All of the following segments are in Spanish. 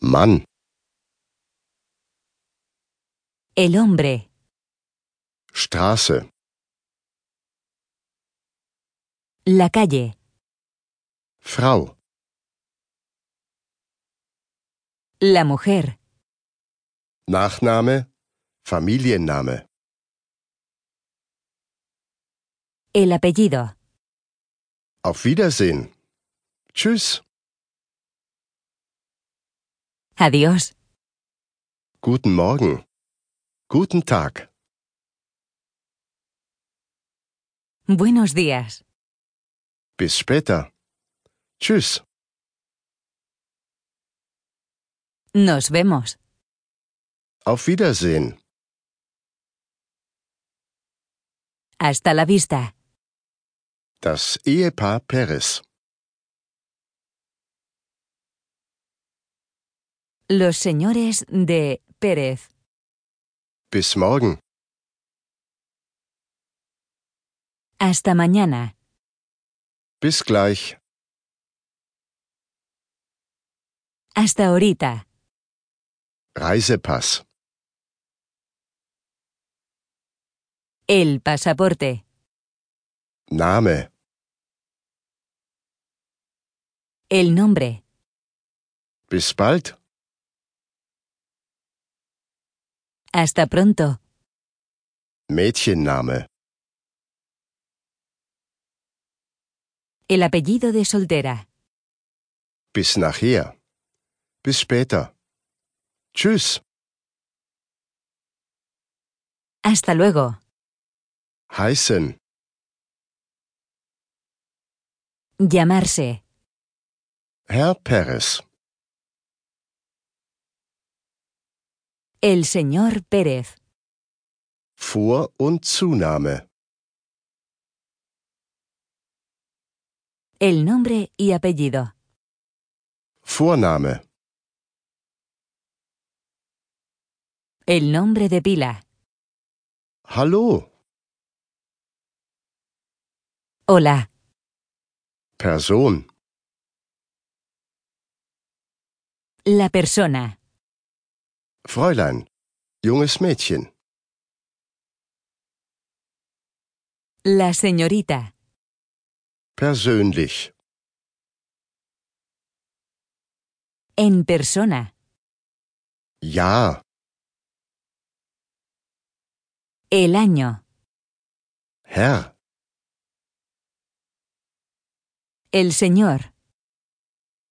Mann, El hombre. Straße, La calle. Frau, La mujer. Nachname, Familienname, El apellido. Auf Wiedersehen. Tschüss, Adiós. guten Morgen, guten Tag, Buenos días. bis später. Tschüss. Nos vemos. Auf Wiedersehen. Hasta la vista. Das Ehepaar Perez. Los señores de Pérez. Bis morgen. Hasta mañana. Bis gleich. Hasta ahorita. Reisepass. El pasaporte. Name. El nombre. Bis bald. Hasta pronto. Mädchenname. El apellido de soltera. Bis nachher. Bis später. Tschüss. Hasta luego. Heißen. Llamarse. Herr Perez. El señor Pérez. Vor- und Zunahme. El nombre y apellido. Vorname. El nombre de pila. Hallo. Hola. Person. La persona. Fräulein. Junges Mädchen. La señorita. Persönlich. En persona. Ja. El año. Herr. El señor.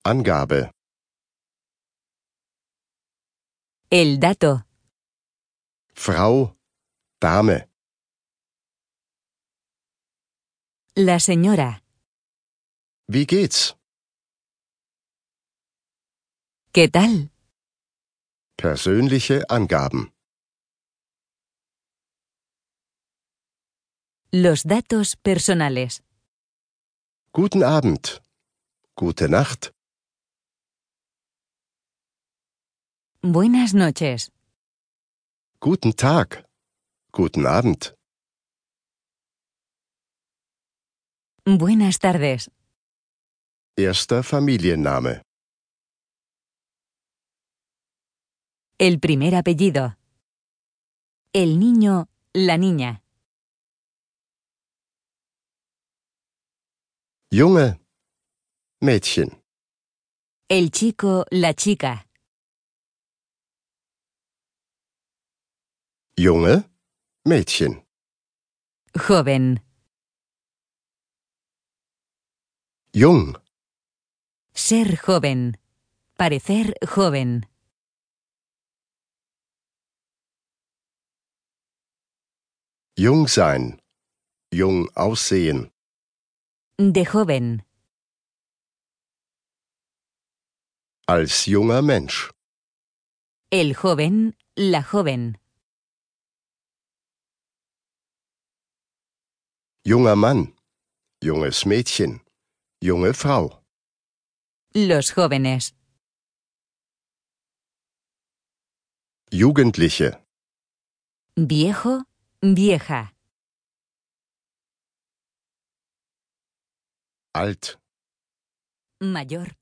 Angabe. El dato. Frau. Dame. La señora. Wie geht's? ¿Qué tal? Persönliche Angaben. Los datos personales. Guten Abend. Gute Nacht. Buenas noches. Guten Tag. Guten Abend. Buenas tardes. Erster Familienname. El primer apellido. El niño, la niña. Junge. Mädchen. El chico, la chica. Junge. Mädchen. Joven. Jung. Ser joven. Parecer joven. Jung sein. Jung aussehen. De joven. Als junger Mensch. El joven, la joven. Junger Mann. Junges Mädchen. Junge Frau. Los jóvenes. Jugendliche. Viejo, vieja. Alt. Mayor.